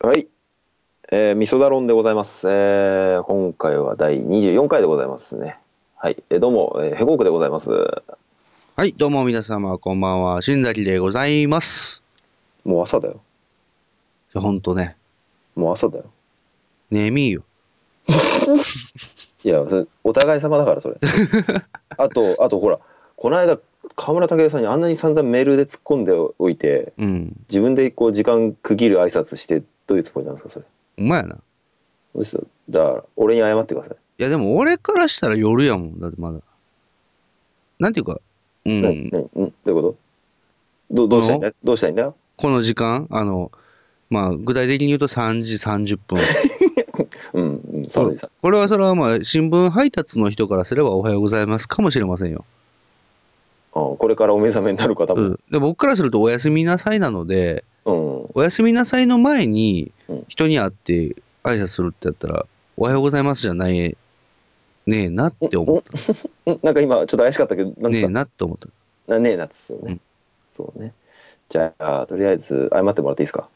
はい。えー、味噌だろんでございます。えー、今回は第24回でございますね。はい。えーどうも、えー、ヘコークでございます。はい、どうも皆様、こんばんは。新崎でございます。もう朝だよ。いやほんとね、もう朝だよ。眠いよ。いや、それお互い様だから、それ。 あと、あと、ほら、この間、河村武さんにあんなに散々メールで突っ込んでおいて、うん。自分でこう、時間区切る挨拶して、どういうつもりなんですか、それ。お前やな。嘘だから、俺に謝ってください。いや、でも俺からしたら夜やもん。だってまだ。なんていうか、う。うんん、うん、どういうことどどうしたいんだよどうしたいんだよこの時間、あの、まあ、具体的に言うと3時30分。うん、うん、サムジさん。 これはそれはまあ、新聞配達の人からすればおはようございますかもしれませんよ。あこれからお目覚めになる方うも。ん。で、僕からするとおやすみなさいなので、うん、おやすみなさいの前にうん人に会って挨拶するってやったら、おはようございますじゃないねえなって思った。うんなんか今ちょっと怪しかったけど、なんねつっえたなって思った。なねえなっつうよね、うんそうね。じゃあ、とりあえず謝ってもらっていいですか。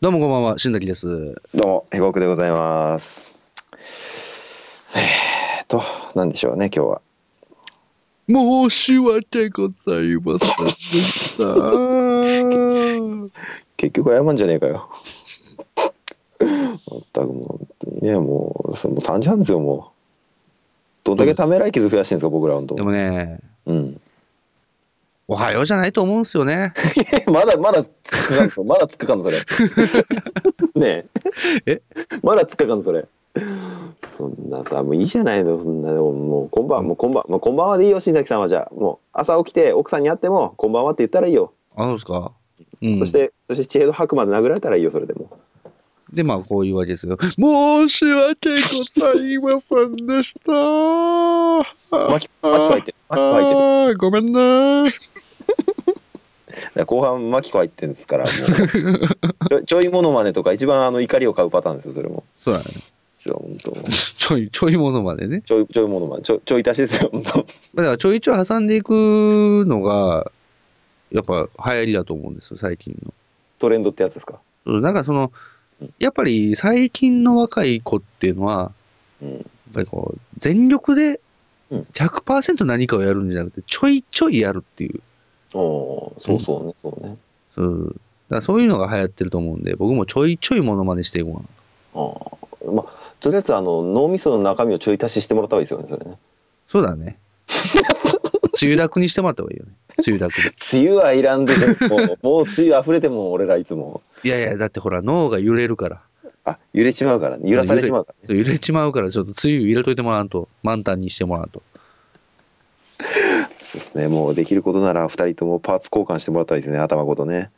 どうもこんばんは、新崎です。どうも、ヘコクでございます。えーっと、なんでしょうね、今日は。申し訳ございませんでした。結局謝んじゃねえか よ。まったくもう本当にね、もう、そもう3時半ですよ、もう。どんだけためらい傷増やしてんですか、僕ら、本当 で。もね、うん。おはようじゃないと思うんですよね。 まだまだつっかかんぞ、まだつっかかんぞ、それ。 ねえ。え まだつっかかんぞ、それ。そんなさ、もういいじゃないの、そんな、もう、こんばんは、もう、こんばんは、もう、こんばんはでいいよ、新崎さんは、じゃあ、もう、朝起きて、奥さんに会っても、こんばんはって言ったらいいよ。あ、そうですか。うん、そし、て、そして、知恵の吐くまで殴られたらいいよ、それでも。で、まあ、こういうわけですけど、申し訳ございませんでした。巻き、巻き子入ってる。巻き子入ってる。だあーごめんな。から後半、巻き子入ってるんですから、もう。 ちょちょいモノマネとか、一番、あの、怒りを買うパターンですよ、それも。そうだね。そう、本当。ちょい、 ちょいものまでね。ちょい、ちょいモノマネ、ちょ、ちょい足しですよ、本当。まあだからちょいちょい挟んでいくのが、やっぱ流行りだと思うんですよ、最近の。トレンドってやつですか。うんなんかその、やっぱり最近の若い子っていうのは、うん。やっぱりこう、全力でうん100%何かをやるんじゃなくて、ちょいちょいやるっていう、おーそうそうね、そうね。そうだからそういうのが流行ってると思うんで、僕もちょいちょいモノマネしていこうかな。ああまあとりあえずあの脳みその中身をちょい足ししてもらった方がいいですよねそれねそう だね。梅雨だくにしてもらった方がいいよね。梅雨だくで。梅雨はいらんでしょもうもう梅雨溢れても俺らいつもいやいや、だってほら、脳が揺れるから。あ揺れちまうからね揺らされちまうからね揺れ ちまうから、ちょっと梅雨入れといてもらわんと、満タンにしてもらわんと。そうですねもうできることなら2人ともパーツ交換してもらったらいいですね頭ごとね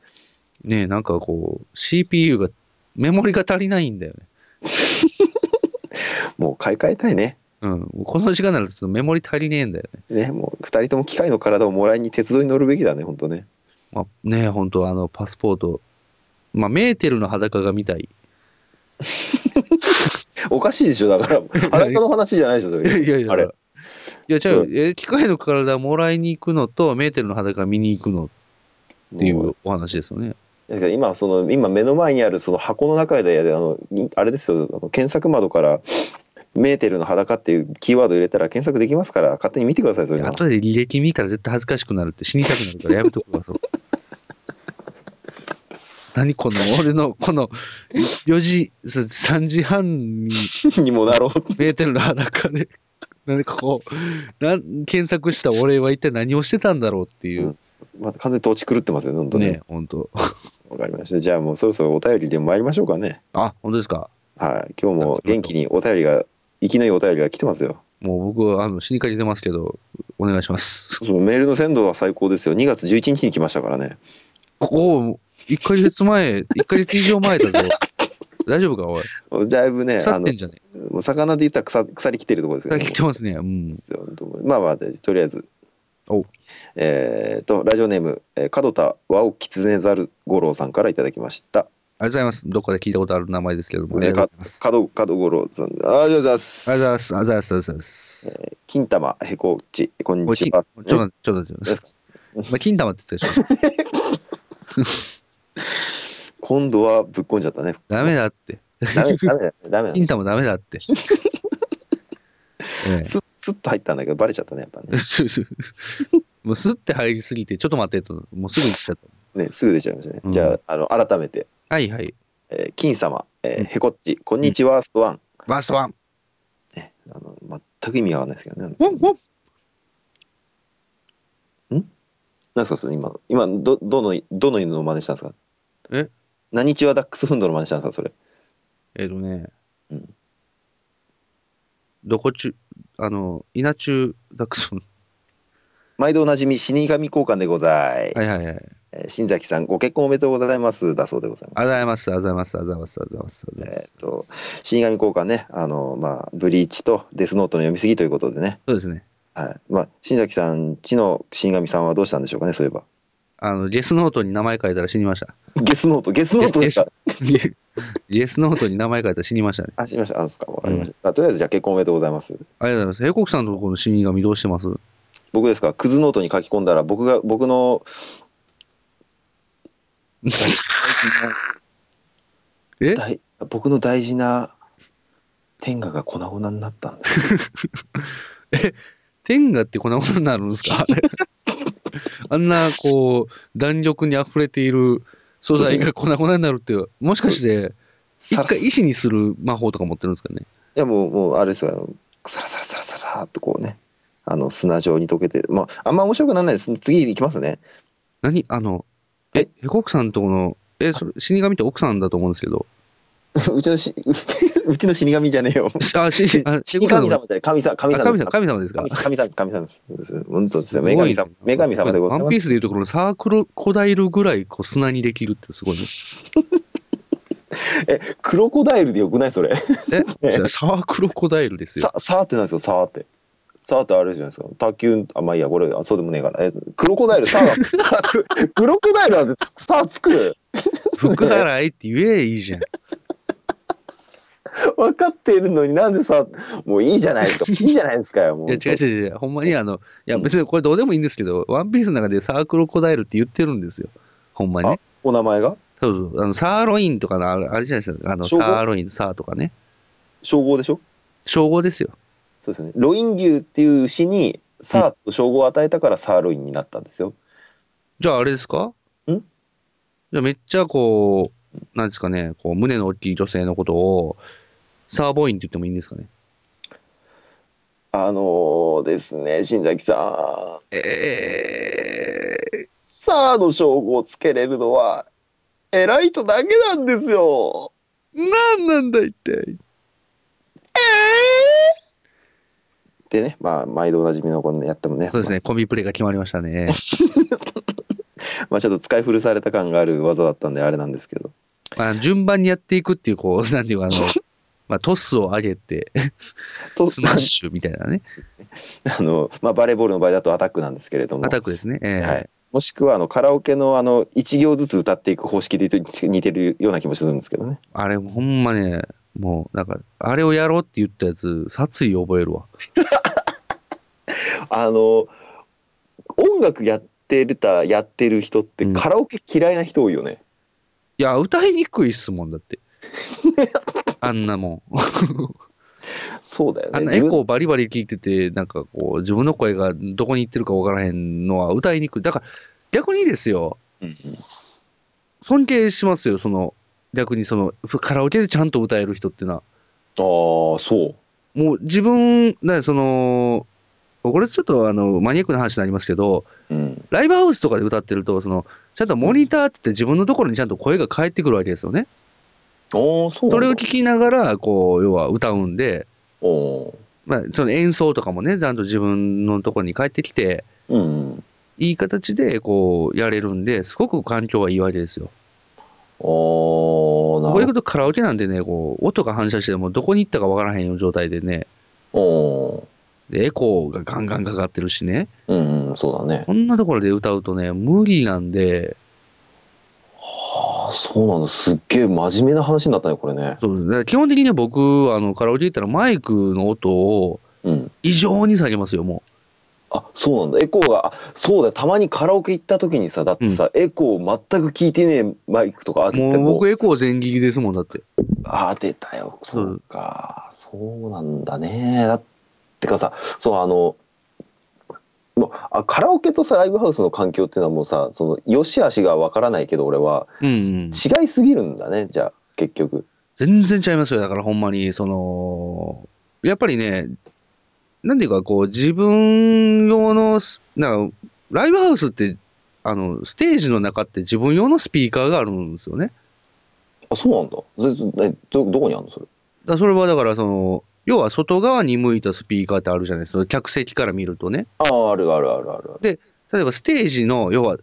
ねえ、なんかこう、CPU が、メモリが足りないんだよね。もう買い替えたいねうん。この時間になるとちょっとメモリ足りねえんだよね。ねもう2人とも機械の体をもらいに鉄道に乗るべきだね本当ねまあ、ねえ、本当あの、パスポート。まあ、メーテルの裸が見たい。おかしいでしょだから 裸の話 じゃないでしょそれあれいや、違うよ。え機械の体もらいに行くのと、メーテルの裸見に行くのっていもうお話ですよね。だけど今その今目の前にあるその箱の中であのいあれですよあの検索窓から「メーテルの裸」っていうキーワード入れたら検索できますから勝手に見てくださいそれは後で履歴見たら絶対恥ずかしくなるって死にたくなるからやめとく わ、そう。何この、俺の、この、4時、そう3時半ににもなろうメーテルの裸で、何かこう、なん検索した俺は一体何をしてたんだろうっていう。まあ、完全に土地狂ってますよね本当にねね、本当。わかりましたじゃあもうそろそろお便りでも参りましょうかねあ、本当ですか。はい今日も元気にお便りが生きのいいお便りが来てますよもう僕、あの、死にかけてますけど、お願いします。そのメールの鮮度は最高ですよ2月11日に来ましたからねここ、1ヶ月前、1ヶ月以上前だぞ。大丈夫か、おい。だいぶね腐あっのてんじゃねもう魚で言ったら腐腐りきてるところですえ。けど、腐ねりき、てますね。うんで。すよまあまあでとりあえずおえー、とラジオネーム、えー、門田和尾きつねざる五郎さんからいただきましたありがとうございます。どっかで聞いたことある名前ですけども。ありねがとかうございます。門門五郎さんありがとうございまあすりがとうございます。ありがとうございますありがとうございます。金玉へこうちこんおにいち金はちょっと待って、ちょっと待って。まあ、金玉って言ったでしょ。今度はぶっこんじゃったね。ダメだって。ダメダメだダメだヒンタもダメだって。ええスッスッと入ったんだけどバレちゃったねやっぱね もうスッて入りすぎて、ちょっと待ってと、もうすぐ行っちゃっねすぐ出ちゃいましたね、うんじゃああの改めて、た。はいはい。えー金様、えーうんへこっちこんにちはストワン、バーストワン。ね、あの全く意味わかんないですけどねワンワン何ですかそれ今の今どどのどの犬の真似したんですかえ何ちはダックスフンドの真似したんですかそれえっ、とね、うんどこ中、あの、稲中ダックソン。毎度おなじみ死神交換でござい、はいはいはい。ありがとうえー新崎さんご結婚おめでとうございますだそうでございますございます、ありがとうございます、ありがとうございます、ありがとうございまえす。ー、と死神交換ねあの、まあ、ブリーチとデスノートの読み過ぎということでね、そうですね。はいまあ、新崎さんちの死神さんはどうしたんでしょうかねそういえばあの、ゲスノートに名前書いたら死にました。ゲスノートゲスノートですかゲスゲスノートに名前書いたら死にましたね。あ知りましたあそうですかわかりました、あとりあえずじゃあ結婚おめでとうございますありがとうございます。英国さんのところの死神どうしてます僕ですかクズノートに書き込んだら僕が僕 の大事なえ大僕の大事な天下が粉々になったんだ天下ってこんなことになるんですかあんな、こう、弾力に溢れている素材が粉々になるって、もしかして、一さら回い石にする魔法とか持ってるんですかねやもうもうあれですよサラサラサラサラっとこうねあの砂状に溶けてまああんま面白くならないです次いきますね 何あの、え、ヘコクさんとこの、え、それ死神って奥さんだと思うんですけど。うちのしうちの死神じゃねえよあ、し、しあ、死ヘコクさ神んの様じゃない神様神あ神様、様神様ですか神様神様です神様ですそうです本当ですね女神様女神様でございワまンすピースでいうところのサークルコダイルぐらいこう砂にできるってすごいね。えクロコダイルでよくないそれえ、じゃあサークルコダイルですよさ。さーってなんですよさーってさーってあれじゃないですか卓球あまあいいやこれあそうでもねえからえクロコダイルさーさククロコダイルなんてさーつく福原愛って言えいいじゃん。分かっているのになんでさもういいじゃないです かいいじゃないですかよもういや違う違う違う、ほんまにあの、いや別にこれどうでもいいんですけど、ワンピースの中でサークルコダイルって言ってるんですよ。ほんまにね。お名前がそうそう。あの、サーロインとかの、あれあれじゃないですか。あの、サ称号ーロイン、サーとかね。称号でしょ称号ですよ。そうですよねロイン牛っていう牛にさーと称号を与えたからサーロインになったんですよ、じゃああれですかんじゃあめっちゃこう、なんですかね、こう胸の大きい女性のことを、サーボインって言ってもいいんですかね。あのーですね新崎さんえサーの称号をつけれるのは偉い人だけなんですよー、なんなんだ一体。でね、まあ、毎度おなじみのこのやってもねそうですね、コンビプレイが決まりましたね。まあ、ちょっと使い古された感がある技だったんであれなんですけどまあ、順番にやっていくっていう、こう、 なんていうか、あの、まあ、トスを上げて、とスマッシュみたいな ね、 あの、まあ、バレーボールの場合だとアタックなんですけれどもアタックですね。ええはい、もしくはあのカラオケのあの1行ずつ歌っていく方式で似てるような気もするんですけどねあれ、ほんまね、もう、なんか、あれをやろうって言ったやつ、殺意覚えるわ。あの音楽やってるたやってる人ってうんカラオケ嫌いな人多いよね、いや、歌いにくいっすもんだ って。あんなもん。そうだよあねんなエ自分コーバリバリ聞いてて、なんかこう、自分の声がどこに行ってるか分からへんのは歌いにくい。だから、逆にですよ、うんうん尊敬しますよ、その、逆にその、ふカラオケでちゃんと歌える人っていうのは。ああそうもう自分、なその、これちょっとあの、マニアックな話になりますけど、うんライブハウスとかで歌ってると、その、ちゃんとモニターって言って自分のところにちゃんと声が返ってくるわけですよね。ああそうそれを聞きながら、こう、要は歌うんで、おーまあ、その演奏とかもね、ちゃんと自分のところに帰ってきて、うんうんいい形でこうやれるんで、すごく環境はいいわけですよ。おーなこういるうことカラオケなんでね、こう音が反射して、もうどこに行ったかわからへんような状態でね、ほどでエコーがガンガンかかってるしね、うんうんうんそうだねこんなところで歌うとね、無理なんで、ああそうなんだすっげえ真面目な話になったねこれねそうだから基本的にね、僕、あのカラオケ行ったらマイクの音をうん異常に下げますよ、もあそうなんだエコーがあそうだたまにカラオケ行った時にさだってさ、エコー全く聞いてねえマイクとかあってもうこう僕エコー全聞きですもん、だって。ああ、出たよ。そそううか。そうなんだね。だってかさ、そう、あの、もうあカラオケとさ、ライブハウスの環境っていうのはもうさ、その、良し悪しがわからないけど、俺は、うん、うん。違いすぎるんだね、じゃあ、結局。全然ちゃいますよ。だからほんまに、その、やっぱりね、なんていうか、こう、自分用のス、なんか、ライブハウスって、あの、ステージの中って自分用のスピーカーがあるんですよね。あ、そうなんだ。ずずえど、どこにあるのそれ。だからそれはだから、その、要は外側に向いたスピーカーってあるじゃないですか。客席から見るとね。ああ、あるあるあるあるある。例えばステージの、要は、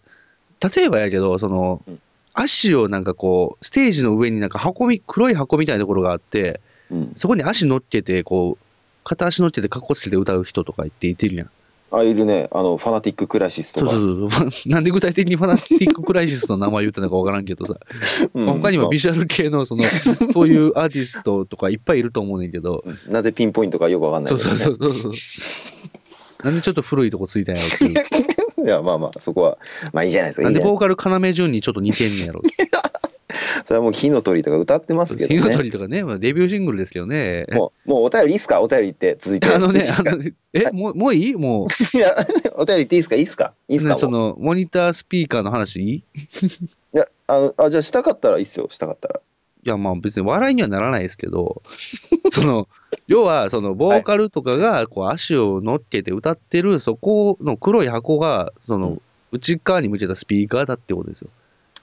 例えばやけど、そのうん、足をなんかこう、ステージの上になんか箱み、黒い箱みたいなところがあって、うん。そこに足乗っけて、こう、片足乗っけて、かっこつけて歌う人とか言っていてるやん。あ、いるね。あの、ファナティッククラシスとそうか。そうそう。 なんで具体的にファナティック・クライシスの名前言ったのかわからんけ どさ。うんまあ他にもビジュアル系 の、その、そういうアーティストとかいっぱいいると思うねんけど。まあうんなぜピンポイントかよくわかんないそうけど、そうね。そうそうそう。なんでちょっと古いとこついたんやろってい う。いや、まあまあ、そこは、まあいいじゃないですか。ないんいでじゃないボーカル要潤にちょっと似てんねや ろって。それはもう火の鳥とか歌ってますけどね。火の鳥とかね、まあ、デビューシングルですけどね。もう、もうお便りいいっすかお便りって、続いて。 あのね、あの、え、もう、もういいもう、 いや、お便りっていいっすかいいっすかいいっすかねそもうの、モニタースピーカーの話いいいや、あの、あ、じゃあしたかったらいいっすよ、したかったら。いや、まあ別に笑いにはならないですけど、 その、要は、その、ボーカルとかが、こう、足を乗っけて歌ってる、そこの黒い箱が、そうの、内側に向けたスピーカーだってことですよ。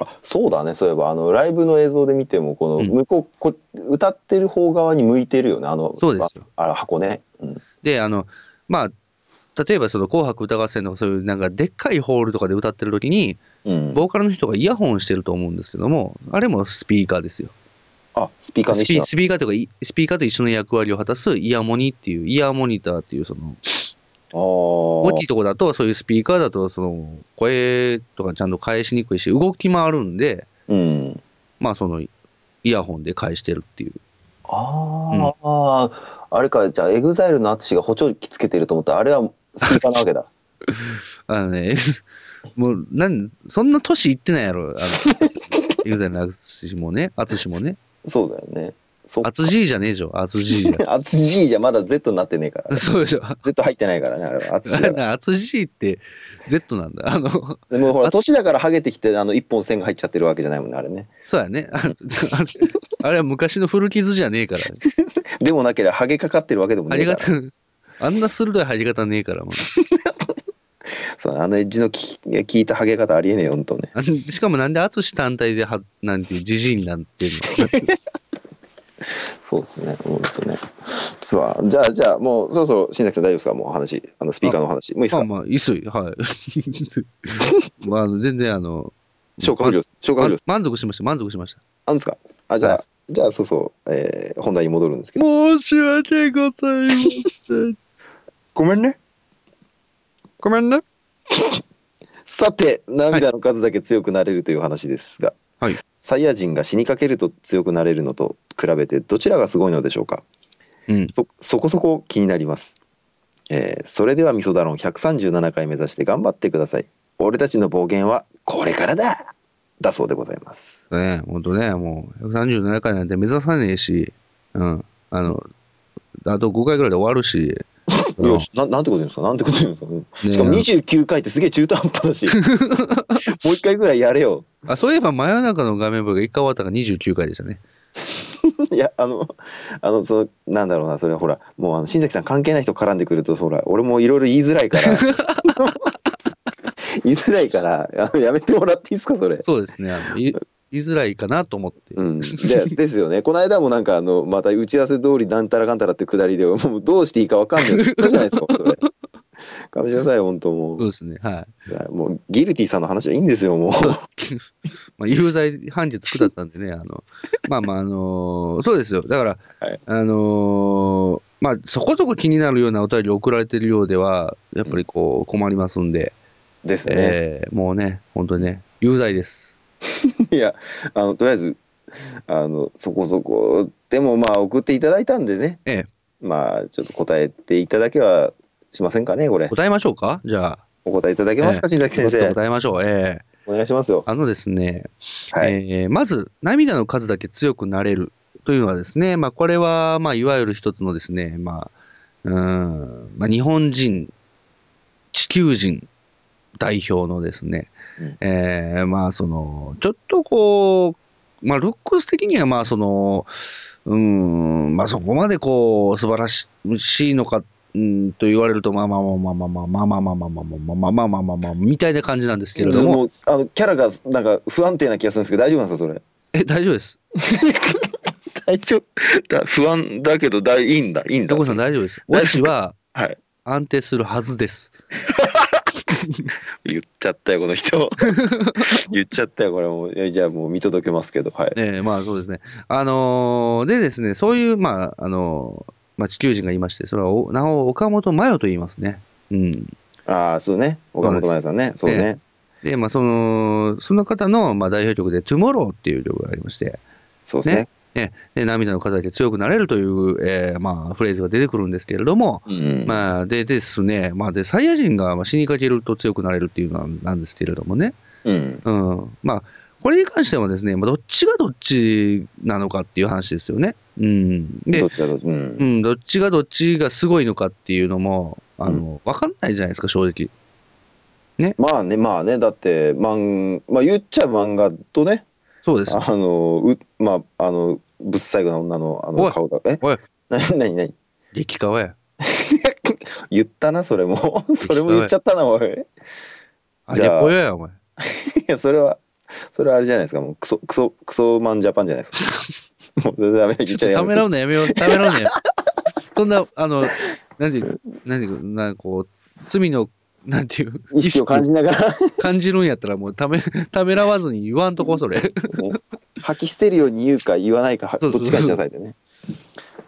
あ、そうだね、そういえば、あの、ライブの映像で見ても、こうの、ん向こう、こ歌ってる方側に向いてるよね、あの、そうですよ。ああ箱ね。うん。で、あの、まあ、例えば、その、紅白歌合戦の、そういう、なんか、でっかいホールとかで歌ってる時に、うん、ボーカルの人がイヤホンしてると思うんですけども、あれもスピーカーですよ。あ、スピーカーの一ス緒ピだスピーカーというかい、スピーカーと一緒の役割を果たすイヤモニっていう、イヤーモニターっていう、その、あー大きいとこだと、そういうスピーカーだと、その、声とかちゃんと返しにくいし、動き回るんで、うん。まあ、その、イヤホンで返してるっていう。あー、あれか、じゃあ、エグザイルの淳が補聴器つけてると思ったら、あれはスピーカーなわけ だ。あのね、 もう、なん、そんな年いってない やろ、あの、エグザイルのアツシもね、アツシもね、そうだよね。そう。アツジーじゃねえじゃん、アツジーじ淳 G じゃまだ Z になってねえから ゃ。。そうでしょ。 Z 入ってないからね、あれは。淳だあから れな、アツジーって Z なんだ。あの、でもほら、年だからハゲてきて、あの、一本線が入っちゃってるわけじゃないもんね、あれね。そうやね。あ のあれは昔の古傷じゃねえから、でもなければハゲかかってるわけでもあねりえかがら。たあんな鋭い入り方ねえから、もう。そうあのエッジのき聞いたハゲ方ありえねえよ、ほんとね。あのしかもなんで淳単体では、なんていう、じじいになってるそうですね、ほんとね。実は、じゃあ、じゃあ、もうそろそろ新崎さん大丈夫ですかもうお話、あの、スピーカーのお話。もういいですのかまあまあ、いいっすよ。はい。まあ、あの全然、あの、消化不良です、消化ま不良です。満足しました、満足しました。あるんですかあ、じゃはあ、じゃあ、そうそう、えー本題に戻るんですけど。申し訳ございません。 ごめんね。ごめんね。さて、涙の数だけ強くなれるという話ですが、はいサイヤ人が死にかけると強くなれるのと比べて、どちらがすごいのでしょうかうん。そそこそこ気になります、えーそれではみそだろん137回目指して頑張ってください俺たちの暴言はこれからだだそうでございますね、ほんとね、もう、137回なんて目指さねえし、うん。あの、あと5回ぐらいで終わるし、 いうんやちょななんてこと言うんですかなんてこと言うんですか、ねしかも29回ってすげえ中途半端だし もう一回ぐらいやれよあそういえば、真夜中の画面部が1回終わったから29回でしたね。いやあのあのそのなんだろうなそれはほらもうあの新崎さん関係ない人絡んでくるとほら俺もいろいろ言いづらいから 言いづらいからあのやめてもらっていいですかそれそうですね。あのい言いづらいかなと思って。うん、でですよね、この間もなんかあの、また打ち合わせ通り、なんたらかんたらってくだりで、もうどうしていいかわかんないじゃないですか、それ。勘弁してください、本当もそうう。ですね。はい。もう、ギルティさんの話はいいんですよ、もう。まあ、有罪判決下ったんでね、あの、まあまあ、あのーそうですよ。だから、はいあのーまあ、そこそこ気になるようなお便り送られてるようでは、やっぱりこう、困りますんで、ですね。えーもうね、本当にね、有罪です。いや、あの、とりあえず、あの、そこそこ、でもまあ、送っていただいたんでね、ええまあ、ちょっと答えていただけはしませんかねこれ答えましょうかじゃあ。お答えいただけますか、新崎先ちょっと生答えましょう。ええお願いしますよあのですね、はい、えーまず、涙の数だけ強くなれるというのはですね、まあ、これは、まあ、いわゆる一つのですね、まあ、うーん、まあ、日本人、地球人代表のですね、うんえーまあ、その、ちょっとこう、まあ、ルックス的には、まあ、その、うーん、まあ、そこまでこう、素晴らししいのか、うん、と言われると、まあまあまあまあまあまあまあまあまあまあまあまあまあまあまあ、みたいな感じなんですけれどそも、のあのキャラがなんか不安定な気がするんですけど大丈夫なんですかそれえ、大丈夫です。大丈夫だ不安だけどだいいんだいいんタコさん大丈夫です。オ大丈夫チははい安定するはずです。言っちゃったよこの 人言っちゃったよこれもういやじゃあもう見届けますけどはい、ええまあそうですね。あのーでですね、そういう、まあ、あのーまあ、地球人がいまして、それはお、名を岡本真代と言いますね。うん。ああそうね岡本真也さんねそうね、で、まあ、その、その方の、まあ、代表曲で、Tomorrow っていう曲がありまして、そうですねねえで涙の数だけ強くなれるという、えーまあ、フレーズが出てくるんですけれども、うんまあ、でですね、まあ、で、サイヤ人がまあ死にかけると強くなれるっていうのはなんですけれどもね、うんうん、まあ、これに関してはですね、まあ、どっちがどっちなのかっていう話ですよね。うん、でど、っちかどっちうんうん、どっちがどっちがすごいのかっていうのも、あうの、わかんないじゃないですか、正直。まあねまあねだって漫まあ言っちゃ漫画とねそうです。あのうまああのぶっ最後な女のあおのい顔がえ おいな何何 激川や。言ったなそれ もそれも言っちゃったなおいいあじれゃあこやや、お前。やそれはそれはあれじゃないですかもうクソクソクソマンジャパンじゃないですか もう全然ダメだ言っちょっちゃとやためめならさうのやめ よう、ためらうのや。そんな、あの、なんていう、なんていう、なんかこう、罪の、なんていう、い意識を感じながら感じるんやったら、もうため、ためらわずに言わんとこ、それ。吐き捨てるように言うか言わないかどそうっそうちかにしなさいってね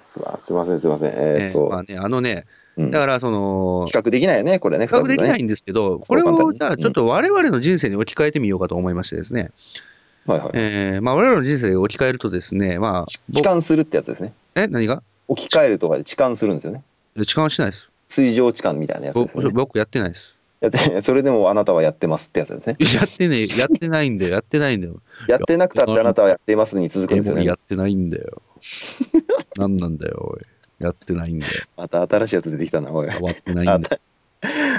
すわすいませんすいませんえーっ えーまとあね、あのね、うんだから、その、比較できないよねこれね比較できな二ついんですけど、こそれう簡単をにじゃあちょっと我々の人生に置き換えてみようかと思いましてですね、のねはいはいえーまあ、我々の人生に置き換えるとですね、まあ、痴僕漢するってやつですねえ何が置き換えるとかで痴漢するんですよね痴漢はしないです。水上痴漢みたいなやつですよ僕ね僕やってないです。 やって それでもあなたはやってますってやつですねやってね え、やってないんだよ、やってないんだよ。やってなくたってあなたはやっていますに続くんえですよもうねやってないん だよ。何なんだよ、おい。やってないんだよ。また新しいやつ出てきたなおい変わってないんだよ。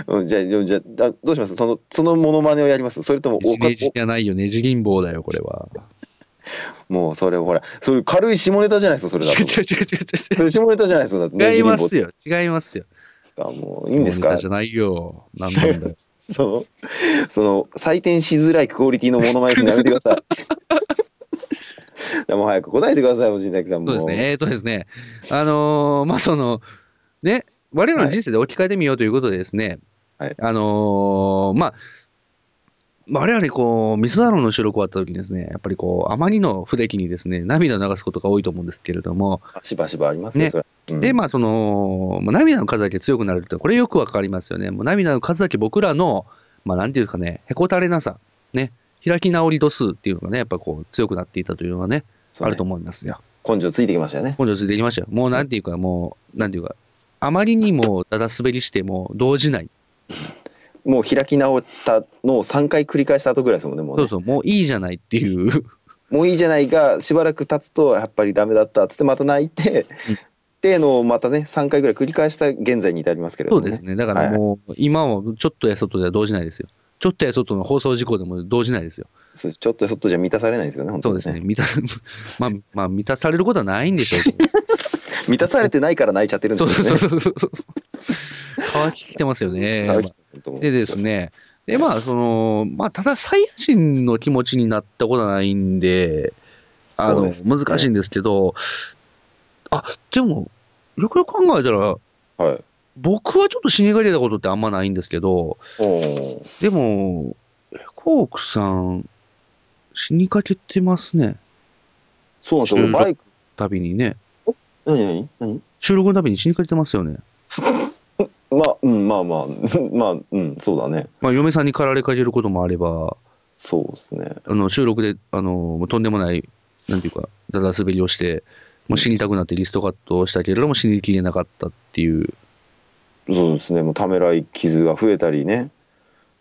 うんじゃあじゃあじゃあどうしますそのそのモノマネをやりますそれともねおじねじじゃないよ、ねじ銀棒だよ、これは。おもうそれほらそれ軽い下ネタじゃないですかそれだ違うと違う違うそれ下ネタじゃないですかだって違う。違いまねじすよ、違いますよ。りんぼですかもういいんです下ネタかじゃないよ。何なんだよ。そのその採点しづらいクオリティのモノマネするのやめてくださ いもう早く答えてくださいもう新崎さんもそうですね。えーとですね、あのーまあ、その、ね、我々の人生で置き換えてみようということでですね、はいあのーまあ、我々こう、ミソダロンの収録終わった時にですね、やっぱりこう、あまりの不出来にですね、涙を流すことが多いと思うんですけれども、しばしばありますねねそれ、うんで、まあ、その、まあ涙の数だけ強くなれると、これよくわかりますよね。もう涙の数だけ僕らの、まあ、なんていうかね、へこたれなさ、ね、開き直り度数っていうのがね、やっぱこう、強くなっていたというのはね、そうあねると思いますよ。根性ついてきましたよね根性ついてきましたよ。もうなんていうか、もう、なんていうか、あまりにもだだ滑りしても動じない。もう開き直ったのを3回繰り返した後ぐらいですもんねもうそねうそう、もういいじゃないっていう。もういいじゃないがしばらく経つとやっぱりダメだったっつってまた泣いて、うんっていうのをまたね3回ぐらい繰り返した現在に至りますけれども、そうね、ですね。だからもう、今はちょっとやそっとでは動じないですよ。ちょっとやそっとの放送事故でも動じないですよ。そうちょっとちょっとじゃ満たされないんですよね本当そうにですね。満た、 まあ、まあ、満たされることはないんでしょうけ満たされてないから泣いちゃってるんでど。すそようね そうそうそうそう。乾ききてますよね。乾きてると思うんででですすよね、でまあ、その、まあ、ただ、サイヤ人の気持ちになったことはないんで、あそうのですね難しいんですけど、あでも、よくよく考えたら、はい僕はちょっと死にかけたことってあんまないんですけど、おーでも、コークさん、死にかけてますね、そうなんですよ収録バイク旅にね。何何何収録の旅に死にかけてますよね。まあうんまあまあ まあうんそうだねまあ、嫁さんに駆られかけることもあれば、そうですねあの収録であのもうとんでもない、なんていうか、だだ滑りをして、もう死にたくなってリストカットをしたけれども、死にきれなかったっていう、そうですねもうためらい傷が増えたりね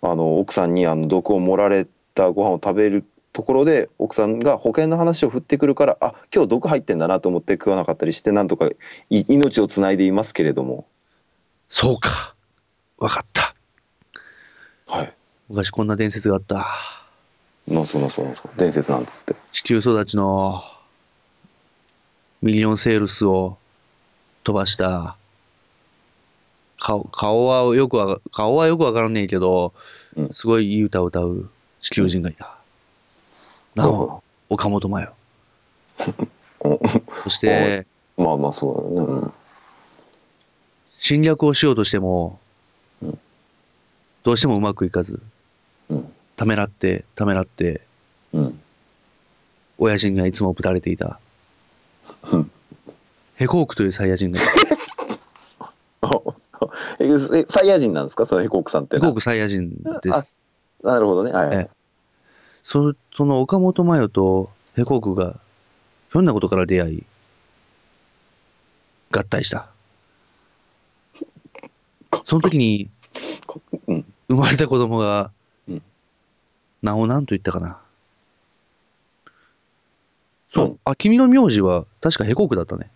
あの奥さんにあの毒を盛られたご飯を食べるところで奥さんが保険の話を振ってくるからあ今日毒入ってんだなと思って食わなかったりしてなんとかい命をつないでいますけれどもそうか。わかった。はい昔こんな伝説があった。なんそうなんそうなんそう伝説なんつって地球育ちのミリオンセールスを飛ばした。顔顔はよくわか顔はよくわからねえけど、うんすごいいい歌を歌う地球人がいた。なお、岡本真代。 おそして、まあまあそうだね、うん侵略をしようとしても、うんどうしてもうまくいかず、うんためらって、ためらって、 うん親父にはいつもぶたれていた。 うんヘコークというサイ ヤ人がいた。あええサイヤ人なんですかそのヘコークさんってヘなコークサイヤ人です。なるほどねはい、えそその岡本真代とヘコークが、ひょんなことから出会い、合 体した。その時にうん生まれた子供がうん、名を何と言ったかな。そそうう。あ、君の名字は確かヘコークだったね。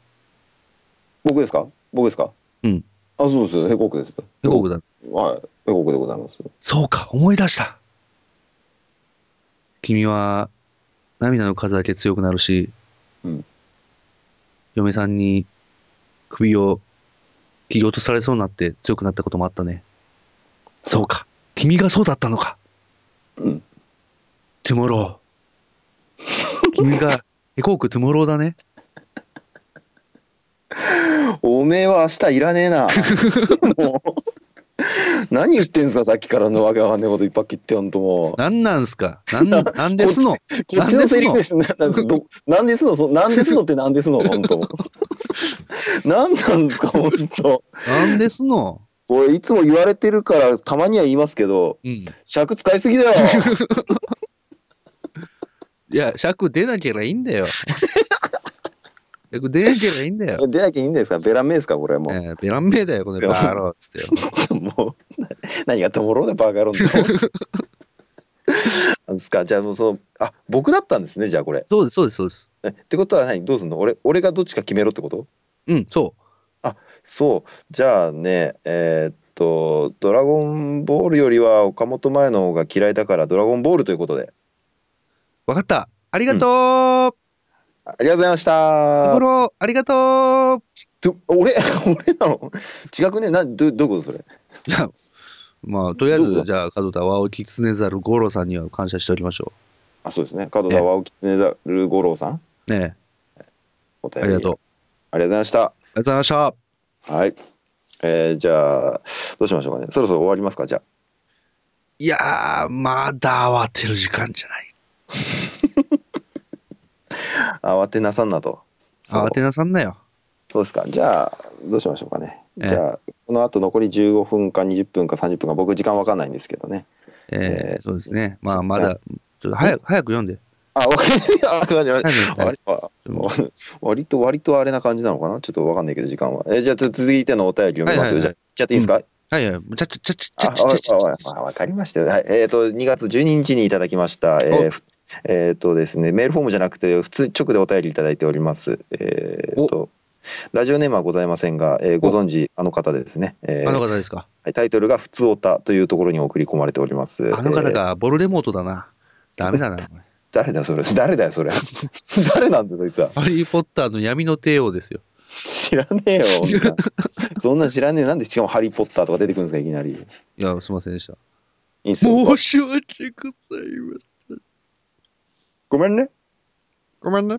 僕ですか僕ですかうん。あそうですヘコークですヘコークだ。はいヘコークでございますそうか、思い出した。君は、涙の数だけ強くなるし、うん嫁さんに首を切り落とされそうになって強くなったこともあったね。そうか、君がそうだったのか、うんトゥモロー。君が、エコークトゥモローだね。おめえは明日いらねえ な。もう何言ってんすか、さっきからのわけわかんないこといっぱい切って、ほんともう。なんなんすかなん、なんで すのこっちのセリフですね。なんですどなんですの、そなんですのってなんですの、ほんと。なんなんすか、ほんと。なんですのこれ、いつも言われてるから、たまには言いますけど、うん。い尺使いすぎ だよ。や、尺出なければいいん だよ。尺出なければいいんだよ。出なきゃいいんですか、ベランメイですか、これ、もう。えー、ベランメイだよ、このバカ野郎っつってよ。もう、な何がともろで、バカ野郎って。なんですか、じゃあ、もうその、あ僕だったんですね、じゃあ、これ。そうです、そうです、そうです。えってことは何どうすんの俺俺がどっちか決めろってことうん、そそうじゃあねえーっと「ドラゴンボール」よりは岡本前の方が嫌いだから「ドラゴンボール」ということでう。わかった。ありがとありがとうございましうた心、ありがとと俺 俺なの違くねなどどういうことそれういや、まあ、とりあえどうぞず、じゃあ、角田はおきつねざる五郎さんには感謝しておきましょあそうですね角田青木常だる五郎さんう。ねおえ、便ありりがとう。ありがとうございましたありがとうございました。はいえーじゃあどうしましょうかねそろそろ終わりますかじゃあいやー、まだ慌てる時間じゃない。慌てなさんなとそう慌てなさんなよ。そうですか。じゃあ、どうしましょうかね。ええじゃあ、この後残り15分か20分か30分か、僕時間わかんないんですけどね。えーえーそうですね。まあ、まだ、ちょっと早く、早く読んで。 あ、わかりました。早く読んで割あ割と、割とあれな感じなのかなちょっとわかんないけど、時間は。えじゃあ、つ続いてのお便り読みますよ。はいはいじゃあ、はいいっちゃっていいですか、はいはい、ちゃちゃちゃちあゃちゃちゃちゃわわわわかりましたよ。はい。えっ、と、2月12日にいただきました。えーおふえーとですね、メールフォームじゃなくて、普通直でお便りいただいております。えっ、と、ラジオネームはございませんが、えーご存知、あの方ですね。えーあの方ですか。はいタイトルが「ふつおた」というところに送り込まれております。あの方えーか、ボルデモートだな。ダメ だな、これ。誰だよそれ。誰だよそれ。 誰なんだよそいつは。ハリー・ポッターの闇の帝王ですよ。知らねえよ。そんなそんなん知らねえ。なんでしかも「ハリー・ポッター」とか出てくるんですかいきなり。いいや、すいませんでした。いんですよ。申し訳ございません。ごめんね。ごめんね。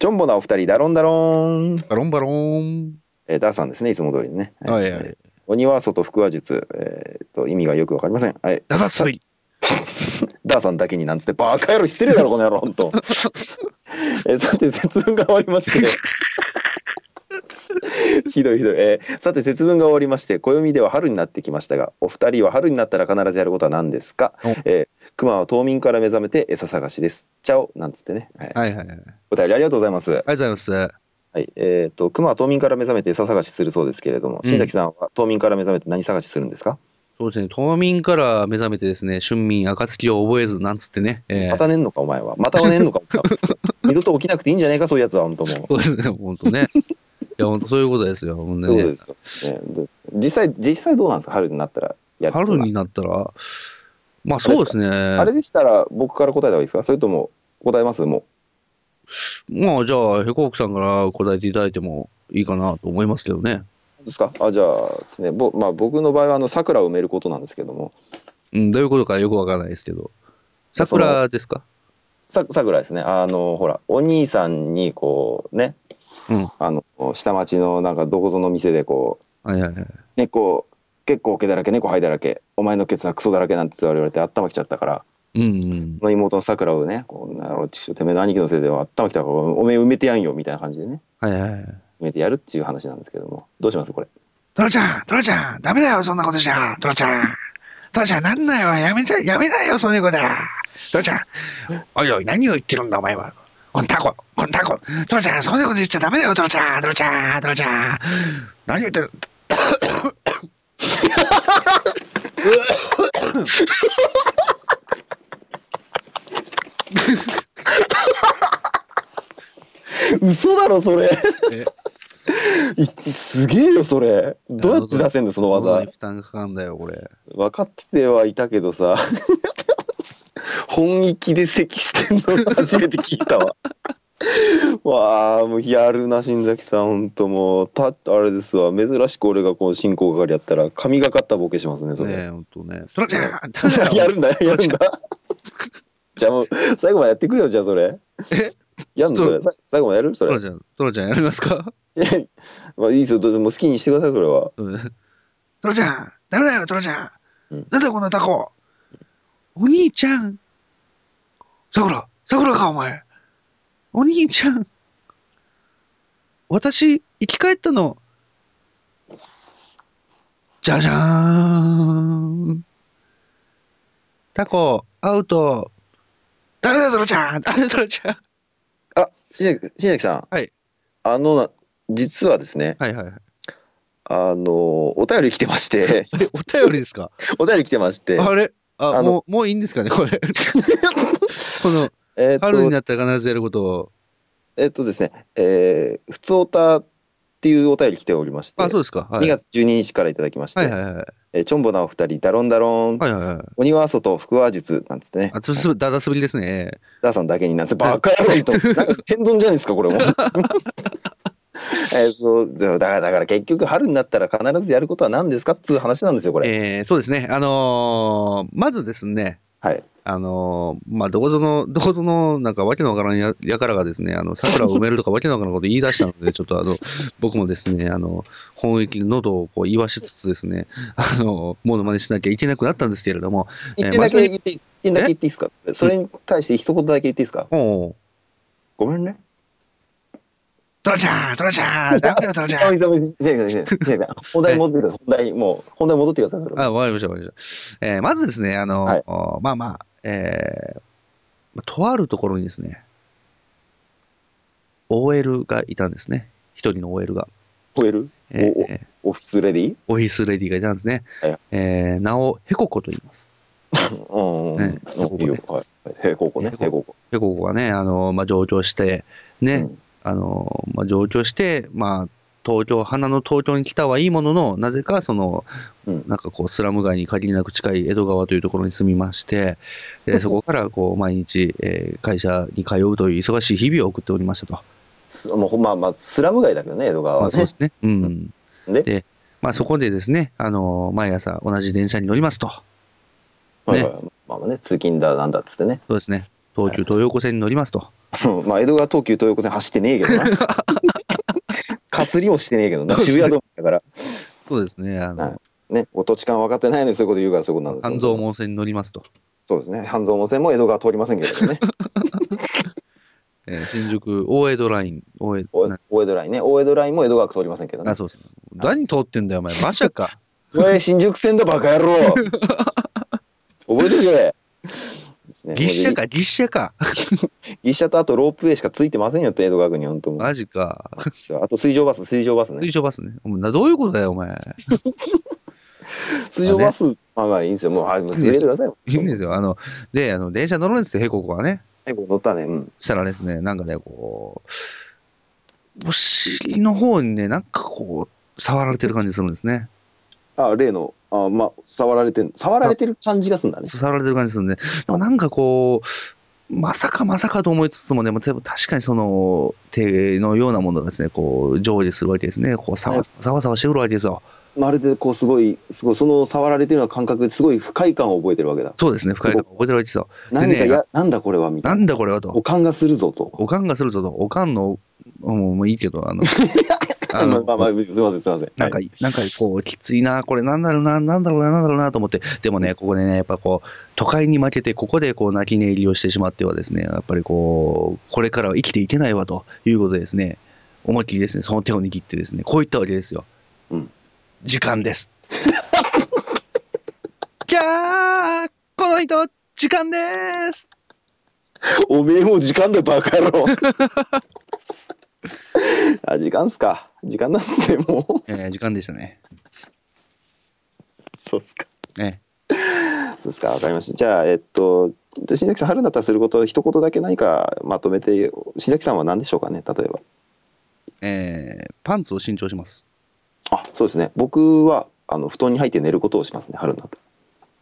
ジョンボなお二人ダロンダロン。バロンバロン。えーダーさんですねいつも通りにね。はいはい。鬼は外腹話術、えーと意味がよくわかりません。はい、ダダスビ。ダーさんだけになんつってバカ野郎失礼だろこの野郎本 当。えーさて節分が終わりまして。ひどいひどい、えーさて節分が終わりまして暦では春になってきましたがお二人は春になったら必ずやることは何ですかお、えー、熊は冬眠から目覚めて餌探しですチャオなんつってね、はいはいはいはい。ありがとうお便りありがとうございます、はいございます。はいえー、と熊は冬眠から目覚めて餌探しするそうですけれども、うん新崎さんは冬眠から目覚めて何探しするんですか、そうですね、冬眠から目覚めてですね、春眠、暁を覚えず、なんつってね、えーまた寝んのか、お前は。または寝んのか、お前 は二度と起きなくていいんじゃないか、そういうやつは、本当もう。そうですね、本 当ね。いや、本当そういうことですよ、ほんでそういうことねで。すか、ねで実際、実際どうなんですか、春になったらやるやつは春になったら、まあそうですね、あれでしたら、僕から答えた方がいいですか、それとも答えます、もまあじゃあ、ヘコークさんから答えていただいてもいいかなと思いますけどね。う。ですかあじゃあですね、ぼまあ、僕の場合はあの桜を埋めることなんですけども、うん、どういうことかよくわからないですけど。桜ですかさ桜ですね、あのほら、お兄さんにこうね、うん。あの下町のなんかどこぞの店でこう、はいはいはい。猫、結構毛だらけ、猫灰だらけ、お前のケツはクソだらけなんて言われて、頭きちゃったから、うん、うんそ。の妹の桜をね、こんなのちくしょうてめえの兄貴のせいで頭きたから、おめえ埋めてやんよみたいな感じでね、はいはいはい。埋めてやるっていう話なんですけども、どうします、これ。トラちゃん、トラちゃん、ダメだよ、そんなことじゃ。トラちゃん。トラちゃん、なんなよ、やめちゃ、やめないよ、そういうことは。トラちゃん、おいおい、何を言ってるんだ、お前は。このタコ、このタコ。トラちゃん、そんなこと言っちゃダメだよ、トラちゃん、トラちゃん、トラちゃん。何言ってる。嘘だろ、それ。え、いすげえよ、それ。どうやって出せんの、その喉技に。負担かかんだよ、これ。分かってはいたけどさ、本域で咳してんの初めて聞いたわ。わあ、もうやるな、新崎さん、ほんともう、たあれですわ、珍しく俺がこう進行係やったら、神がかったボケしますね、それ。。ねえ、ほんとね。トラちゃん、ダメだよ やるんだ、やるんだ。じゃあもう、最後までやってくれよ、じゃあそれ。えやんの、それ。さ最後までやるそトれラ。ちゃん、トラちゃんやりますか まあいいですよ、どうぞもう好きにしてください、それは。うんトラちゃん、ダメだよ、トラちゃうんん。なんだよ、このタコ。お兄ちゃん、さくら、さくらか、お前。お兄ちゃん、私、生き返ったの。じゃじゃーん。タコ、アウト。ダメだよ、トラちゃん。あ、トラちゃん。あ、新崎新崎さん。はい。あのな、実はですね、はいはいはい。あの、お便り来てまして、 え、お便りです かお便り来てまして、あれああのもう、もういいんですかね、こ れ。この、えっ春にと、なったら必ずやることを。えっとですね、えー、ふつおたっていうお便り来ておりまして、あ、そうですか。は2い。月12日からいただきまして、はいはいはい。えーチョンボなお二人、ダロンダロン、はいはいはい。鬼は外、福は術なんつってね、あ、つぶすぶ、だだすぶりですね。ダーさんだけになんて、バカ野郎 と、なんか天丼じゃないですか、これもう。 えっと、だから、だから結局、春になったら必ずやることは何ですかっつう話なんですよ、これ。えー、そうですね。あのー、まずですね、はい。あのーまあ、どこぞの、 どこぞの、なんかわけのわからんややからがですね、あの、桜を埋めるとかわけのわからんこと言い出したの で、ちょっとあの、僕もですね、あの、本域で喉をこう言わしつつですね、あの、モノマネしなきゃいけなくなったんですけれども、え一ー点だ真け面目言って、一点だけ言っていいですかそれに対して一言だけ言っていいですかおうごめんね。トラちゃん、トラちゃん。ダメだよ、トラちゃん。本題戻ってください。本題、もう、本題戻ってください。 それあ、わかりました、わかりました。えーまずですね、あの、はいおまあまあ、えーまあとあるところにですね、OL がいたんですね。一人の OL が。超えるえーおオフィスレディオフィスレディがいたんですね。はいえー名をヘココと言います。うん。うん。いいよ。はい。平行校ね。平行校。で、ここがね、あの、まあ、上京して、ね、うんあの、まあ、上京して、まあ、東京、花の東京に来たはいいものの、なぜか、その、うんなんかこう、スラム街に限りなく近い江戸川というところに住みまして、でそこから、こう、毎日、えー会社に通うという忙しい日々を送っておりましたと。すもう、まあまあ、スラム街だけどね、江戸川まあ、はそうでね。すね。うん。でで、まあ、そこでですね、あの、毎朝同じ電車に乗りますと。はいはいまあまあね、通勤だなんだっつってね。そうですね。東急東横線に乗りますと。うんまあ、江戸川東急東横線走ってねえけど な。かすりもしてねえけどな。そうですね渋谷ドームだから。そうですね。あはいの、ね、お土地勘分かってないのにそういうこと言うからそういうことなんですよ半蔵門線に乗りますと。そうですね。半蔵門線も江戸川通りませんけれど もね。えー新宿、大江戸ライン、大江おな大江戸ラインね。大江戸ラインも江戸川区通りませんけどねあ、。そうそう。何通ってんだよ、お前。馬車か。 おい、新宿線だ、バカ野郎 覚えておけですね。ぎっしゃか、ぎっしゃか。ギッシャとあとロープウェイしかついてませんよって江戸川区に本当もうマジか。あと水上バス水上バスね水上バスね。お前などういうことだよ、お前。水上バスまあまあいいんですよもうはいもう続けてくださいよいいんですよ。あの、で、あの、電車乗るんですよ、ヘココはね。最後乗ったねうんそしたらですね、なんかね、こう、お尻の方にね、なんかこう、触られてる感じするんですね。あ例のあまあ触られてる触られてる感じがするんだねそう触られてる感じするんで、でもなんかこう、まさかまさかと思いつつもね、でも確かにその手のようなものがですね、こう上下するわけですね、こうさはわいさわさわしてくるわけですよ。まるでこうすごいすごいその触られてるような感覚ですごい不快感を覚えてるわけだそうですね、不快感を覚えてるわけですよ。何かやなんだこれはみたないなんだこれはおと。感がするぞとおかんがするぞと、おかんの、うんもういいけど、あ の、まああの まあまあすいませんすいませんなんか、なんかこう、きついな、これなんだろうな、なんだろうな、なんだろうなと思って、でもね、ここでね、やっぱこう、都会に負けて、ここでこう、泣き寝入りをしてしまってはですね、やっぱりこう、これからは生きていけないわということでですね、思いっきりですね、その手を握ってですね、こう言ったわけですよ。うん時間です。 キャーこの人、時間ですおめえもう時間だバカ野郎 あ時間っすか時間なんですねもう えー時間でしたね。そうっすかねそうですか、わかりました。じゃあ、えっと、で新崎さん、春になったらすること、一言だけ何かまとめて、新崎さんは何でしょうかね、例えば。えーパンツを新調します。あそうですね、僕はあの布団に入って寝ることをしますね、春になったら。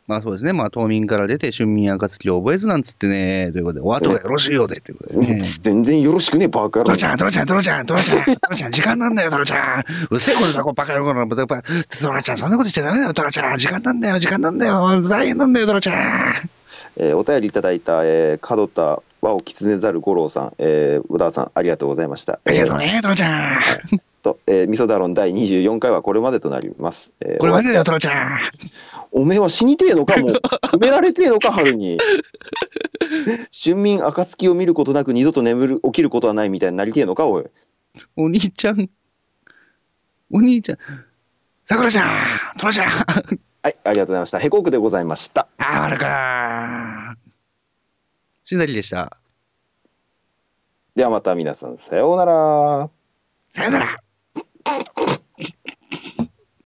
まあそうですね、まあ冬眠から出て、春眠暁を覚えずなんつってね、ということで、お後がよろしいようで、ということでね。全然よろしくね、バカ野トロち郎。ゃん、トロちゃん、トロちゃん、トロちゃん、トロちゃん、時間なんだよ、トロちゃん。うるせえことだ、こうバカ野郎の、バカトロちゃん、そんなこと言っちゃダメだよ、トロちゃん。時間なんだよ、時間なんだよ、大変なんだよ、トロちゃん。えーお便りいただいた、えー、門田和を狐ざる五郎さん、えー、宇田さん、ありがとうございました。ありがとうね、トロちゃん。えーと、えー、味噌だろん第24回はこれまでとなります。えーこれまでだよ、トロちゃん。おめえは死にてえのか もう埋められてえのか春に春眠暁を見ることなく二度と眠る起きることはないみたいになりてえのかおいお兄ちゃん、お兄ちゃん、さくらちゃん、トロちゃん。はいありがとうございましたへこくでございましたあわるか。しなりでした。ではまた皆さんさようならさよなら。